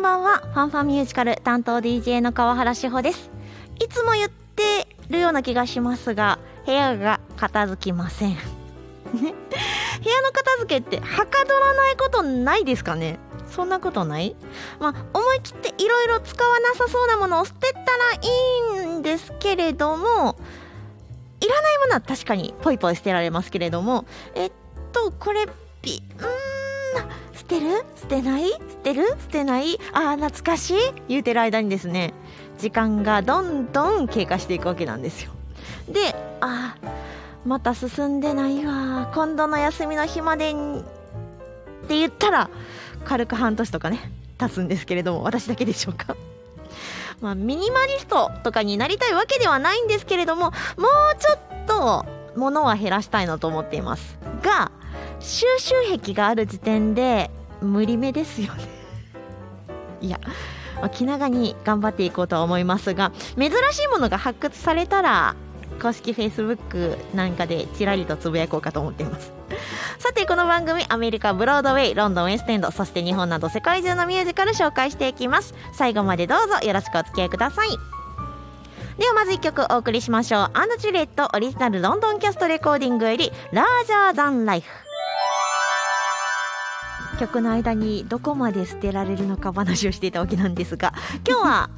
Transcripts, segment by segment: ばんはファンファンミュージカル担当 DJ の川原志保ですいつも言ってるような気がしますが部屋が片付きませんね部屋の片付けってはかどらないことないですかねそんなことないまあ思い切っていろいろ使わなさそうなものを捨てたらいいんですけれどもいらないものは確かにポイポイ捨てられますけれどもえっとこれびうーん捨てる捨てない捨てる捨てないあー懐かしい言うてる間にですね時間がどんどん経過していくわけなんですよであーまた進んでないわ今度の休みの日までにって言ったら軽く半年とかね経つんですけれども私だけでしょうか まあ、ミニマリストとかになりたいわけではないんですけれどももうちょっと物は減らしたいなと思っていますが収集癖がある時点で無理目ですよね いや、まあ、気長に頑張っていこうとは思いますが珍しいものが発掘されたら公式 Facebook なんかでちらりとつぶやこうかと思っていますさてこの番組アメリカブロードウェイロンドンウェストエンドそして日本など世界中のミュージカル紹介していきます最後までどうぞよろしくお付き合いくださいではまず1曲お送りしましょうアンド・ジュレットオリジナルロンドンキャストレコーディングより「ラージャー・ザン・ライフ」曲の間にどこまで捨てられるのか話をしていたわけなんですが今日は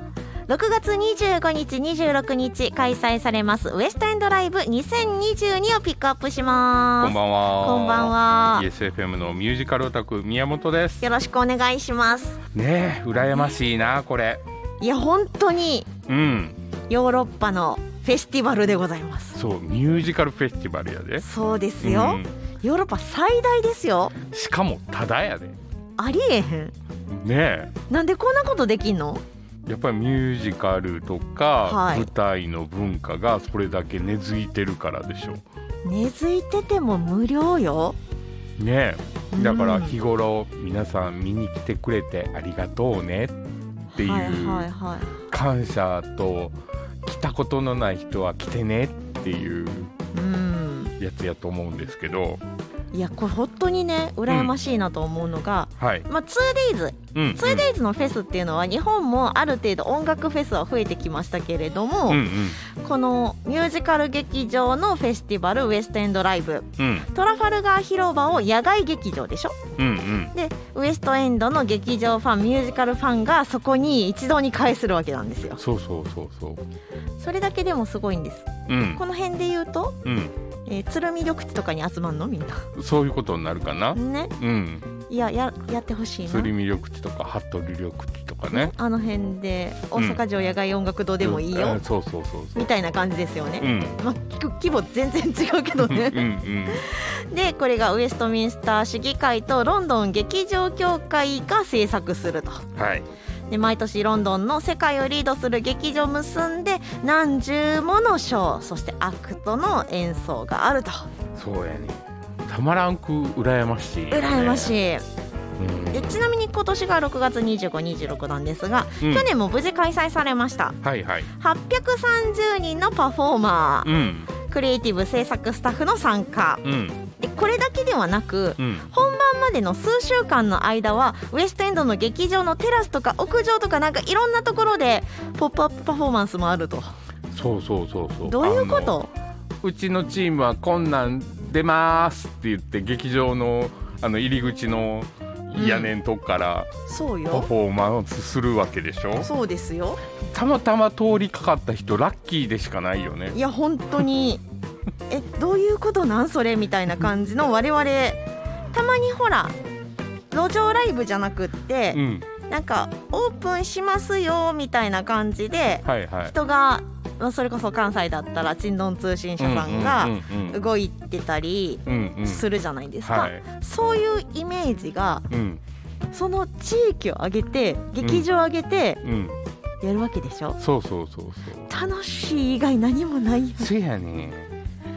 6月25日26日開催されますウエストエンドライブ2022をピックアップしますこんばんは。こんばんは ESFM のミュージカルオタク宮本です。よろしくお願いしますねえ、羨ましいなこれ。いや本当にうん。ヨーロッパのフェスティバルでございますそうミュージカルフェスティバルやで。そうですよ、うヨーロッパ最大ですよんしかもただやで。ありえへんねなんでこんなことできんのえ。やっぱりミュージカルとかはい舞台の文化がそれだけ根付いてるからでしょ根付いてても無料よねえだからうん日頃皆さん見に来てくれてありがとうねっていはいはいうはい感謝と来たことのない人は来てねっていううんやつやと思うんですけどいやこれ本当にね羨ましいなと思うのが、はい、まあ 2days うんうん、 2days のフェスっていうのは日本もある程度音楽フェスは増えてきましたけれども、うんこのミュージカル劇場のフェスティバルウエストエンドライブうんトラファルガー広場を野外劇場でしょうんうんでウエストエンドの劇場ファンミュージカルファンがそこに一堂に会するわけなんですよそうそうそうそうそれだけでもすごいんですうんこの辺で言うと、うえー鶴見緑地とかに集まんのみんなんそういうことになるかなねうんいやややってほしいな釣り魅力地とか服部緑地とかねあの辺で大阪城野外音楽堂でもいいよ、うんそうそうそうそうみたいな感じですよねう、んまあ、聞く規模全然違うけどうんうねんでこれがウェストミンスター市議会とロンドン劇場協会が制作すると うんはいで毎年ロンドンの世界をリードする劇場を結んで何十ものショーそしてアクトの演奏があるとそうやねたまらんく羨ましいよね、羨ましいい、でちなみに今年が6月2526なんですが、うん去年も無事開催されましたはいはい830人のパフォーマー、うんクリエイティブ制作スタッフの参加うんでこれだけではなくうん本番までの数週間の間はウエストエンドの劇場のテラスとか屋上とかなんかいろんなところでポップアップパフォーマンスもあるとそうそうそうそうどういうこあのとうちのチームはこんなん出ますって言って劇場のあの入り口の屋根のとこからそうパよフォーマンスするわけでしょ、そうですよたまたま通りかかった人ラッキーでしかないよねいや本当に えどういうことなんそれみたいな感じの我々たまにほら路上ライブじゃなくってう、んなんかオープンしますよみたいな感じではいはい人が、まあ、それこそ関西だったらちんどん通信社さんうがんうんうん動いてたりうんうんするじゃないですか、はいそういうイメージがうんその地域を挙げて劇場を挙げてうんやるわけでしょ、そうそうそうそう楽しい以外何もないよせやね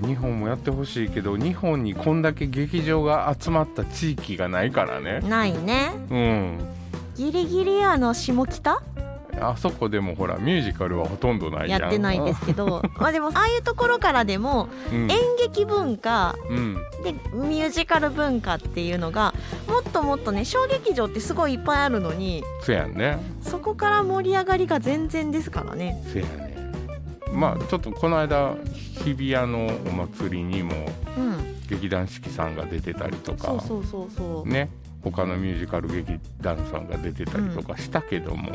日本もやってほしいけど日本にこんだけ劇場が集まった地域がないからねないねうんギリギリあの下北あそこでもほらミュージカルはほとんどないやんやってないですけどまあでもああいうところからでもうん演劇文化うんでミュージカル文化っていうのがもっともっとね小劇場ってすごいいっぱいあるのにそやんねそこから盛り上がりが全然ですからね。そやねまあちょっとこの間日比谷のお祭りにもうん、劇団四季さんが出てたりとかそうそうそうそう、ね他のミュージカル劇団さんが出てたりとかしたけども、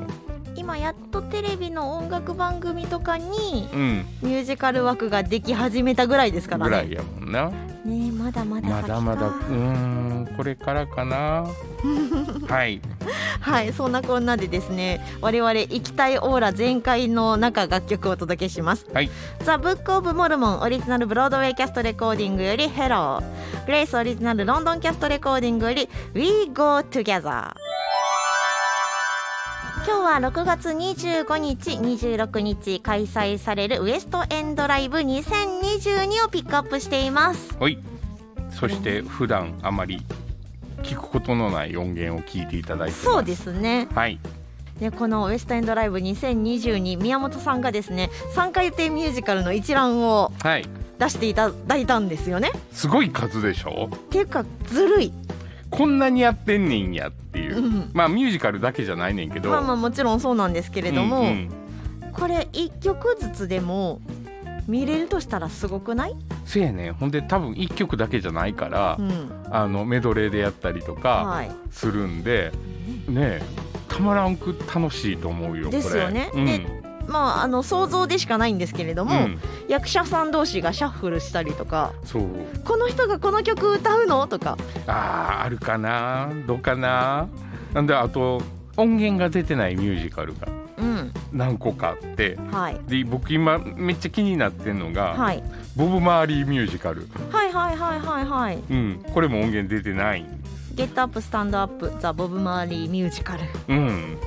今やっとテレビの音楽番組とかにうん、ミュージカル枠ができ始めたぐらいですからぐらいね。やもんな。ねえまだまだま先かだまだ、うーん、これから かな。はい、はいそんなこんなでですね我々行きたいオーラ全開の中楽曲をお届けしますはい、ザ・ブック・オブ・モルモンオリジナルブロードウェイキャストレコーディングより「ヘロー」グレイスオリジナルロンドンキャストレコーディングより「We Go Together」今日は6月25日26日開催されるウエストエンドライブ2022をピックアップしていますほい。そして、普段あまり聞くことのない音源を聞いていただいてます。そうですねはい、でこのウエストエンドライブ2022宮本さんがですね3回転ミュージカルの一覧をはい、出していただいたんですよねすごい数でしょっていうかずるいこんなにやってんねんやっていう、うんまあミュージカルだけじゃないねんけど。まあまあもちろんそうなんですけれども、うんうんこれ1曲ずつでも見れるとしたらすごくない、せやねんほんで多分1曲だけじゃないから、うんあのメドレーでやったりとかはい、するんで、ねえたまらんく楽しいと思うよですよねこれでまああの想像でしかないんですけれどうんも、うん役者さん同士がシャッフルしたりとかそうこの人がこの曲歌うのとかあーあるかなどうかななんであと音源が出てないミュージカルがうん何個かあってはい。で僕今めっちゃ気になってんのが、はい、ボブ・マーリーミュージカル、はいはいはいはいはいうん、これも音源出てない、 「ゲットアップスタンドアップザ・ボブ・マーリー・ミュージカルうん、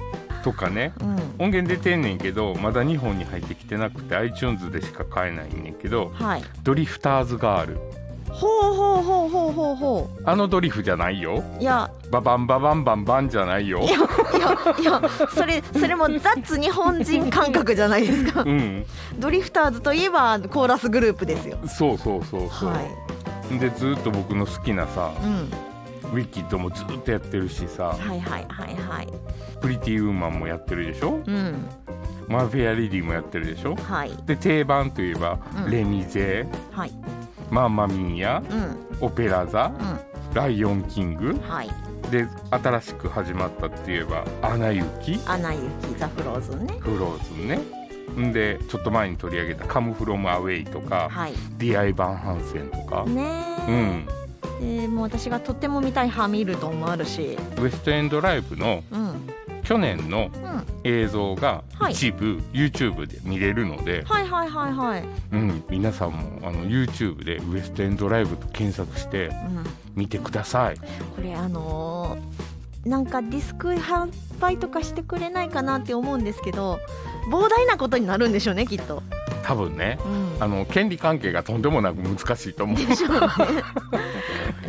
とかね」うん音源出てんねんけどまだ日本に入ってきてなくて iTunes でしか買えないんねんけどはい「ドリフターズ・ガールほうほうほうほうほうほ」あのドリフじゃないよういやババンババンバンバンじゃないよいやいやいやそれそれも雑日本人感覚じゃないですかうん ドリフターズといえばコーラスグループですよ。そうそうそうそう、はい。でずっと僕の好きなさうん。ウィキッドもずっとやってるしさはいはいはいはい。プリティウーマンもやってるでしょうん。マフェアリリーもやってるでしょはいで定番といえば、うんレミゼはい。マンマミーヤうんオペラ座うライオンキングん。はい。で新しく始まったっていえばアナ雪アナ雪ザフローズンね。フローズンねんでちょっと前に取り上げたカムフロムアウェイとか、はい。ディアイ・バンハンセンとか、ねうえ。ん、えーもう私がとっても見たいハミルトンもあるし。ウエストエンドライブのうん。うん。去年のはい映像がはい一部 YouTube で見れるので、はいはいはい。うん、皆さんもあの YouTube でウエストエンドライブと検索してうん。見てくださいこれあのーなんかディスク販売とかしてくれないかなって思うんですけど膨大なことになるんでしょうねきっと。多分ねうんあの権利関係がとんでもなく難しいと思う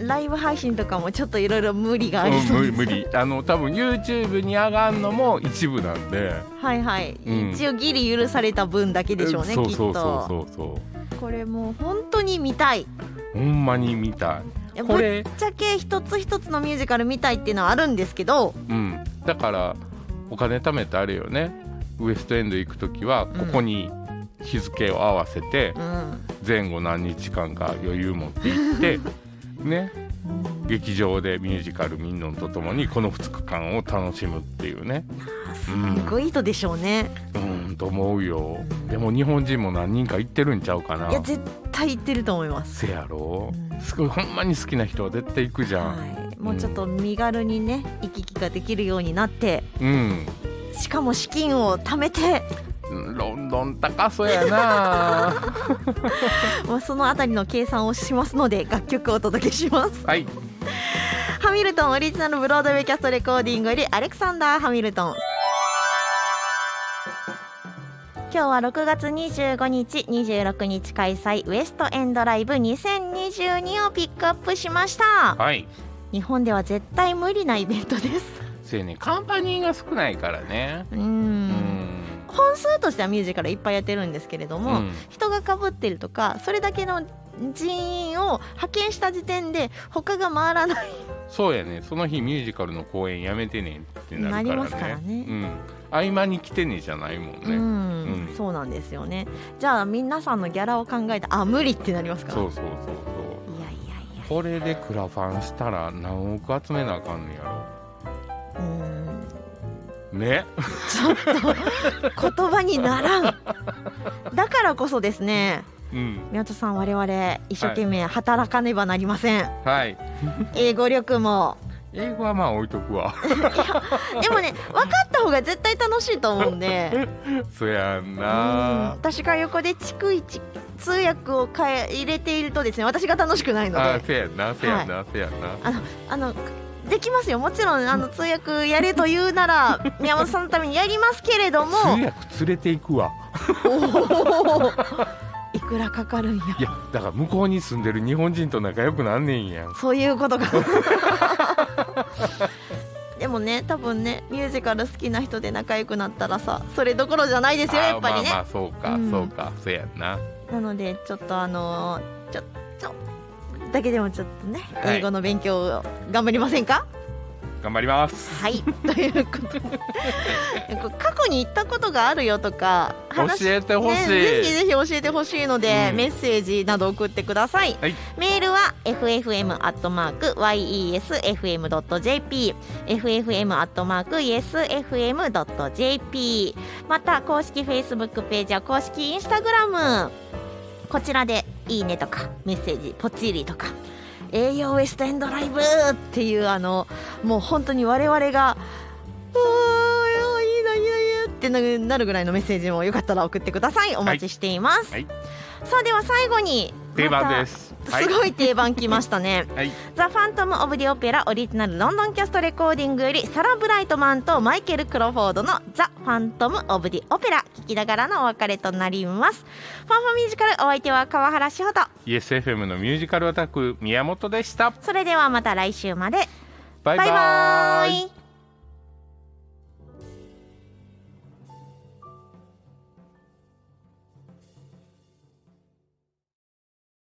ライブ配信とかもちょっといろいろ無理がありそううん無で理す無理あの多分 YouTube に上がるのも一部なんではいはい、うん一応ギリ許された分だけでしょうねそきうっそうそうとそうそこれもう本当に見たいうほんまに見たいこれぶっちゃけ一つ一つのミュージカル見たいっていうのはあるんですけどうん、だからお金貯めてあれよねウエストエンド行く時はここに日付を合わせてうん、前後何日間か余裕持って行 って、ね、うん劇場でミュージカルミンノンとともにこの2日間を楽しむっていうねあすごい人でしょうね、うんと思うよでも日本人も何人か行ってるんちゃうかないや絶対行ってると思います、せやろうんすごいほんまに好きな人は絶対行くじゃん、はい、もうちょっと身軽にね行き来ができるようになってうんしかも資金を貯めて、ロンドン高そう やなまあ、そのあたりの計算をしますので楽曲をお届けします はいハミルトンオリジナルブロードウェイキャストレコーディングよりアレクサンダー・ハミルトン今日は6月25日26日開催ウエストエンドライブ2022をピックアップしましたはい日本では絶対無理なイベントですせやねカンパニーが少ないからねうーんうん本数としてはミュージカルいっぱいやってるんですけれども、うん人がかぶってるとかそれだけの人員を派遣した時点で他が回らないそうやねその日ミュージカルの公演やめてねってなるなりからねますからねうん、合間に来てねじゃないもんうね、んうんそうなんですよねじゃあ皆さんのギャラを考えたあ無理ってなりますからそうそうそうそういやいやいやこれでクラファンしたら何億集めなあかんのやうーんろね言葉にな らんだからこそですねうん宮田さん我々一生懸命働かねばなりません、はい英語力も英語はまあ置いとくわ でもね分かった方が絶対楽しいと思うんで、うん、そやんな私が横で逐一通訳を変え入れているとですね私が楽しくないのでああせやんなせやんな、せやんなのできますよもちろんあの通訳やれと言うなら 宮本さんのためにやりますけれども通訳連れていくわおーいくらかかるんやいやだから向こうに住んでる日本人と仲良くなんねんやんそういうこと か でもね多分ねミュージカル好きな人で仲良くなったらさそれどころじゃないですよやっぱりねあーまあまあそうか、うんそうかそやんななのでちょっとあのーちょちょだけでもちょっとね、はい英語の勉強を頑張りませんか頑張りますはいということでこう過去に行ったことがあるよとか教えてほねしいぜひぜひ教えてほしいので、うんメッセージなど送ってください、はいメールは ffm.yesfm.jp ffm.yesfm.jp また公式 Facebook ページや公式 Instagram こちらで「いいね」とかメッセージポチリとか「栄養ウエストエンドライブ」っていうあのもう本当に我々が「うーいいないいないいな」ってなるなるぐらいのメッセージもよかったら送ってくださいお待ちしています、はいさあでは最後に定番ですす、はすいごい定番きましたね はいザ・ファントム・オブ・ディ・オペラオリジナルロンドンキャストレコーディングよりサラ・ブライトマンとマイケル・クロフォードのザ・ファントム・オブ・ディ・オペラ聞きながらのお別れとなりますファンファミュージカルお相手は川原志保と ESFM のミュージカルアタック宮本でしたそれではまた来週までバイババイバーイイ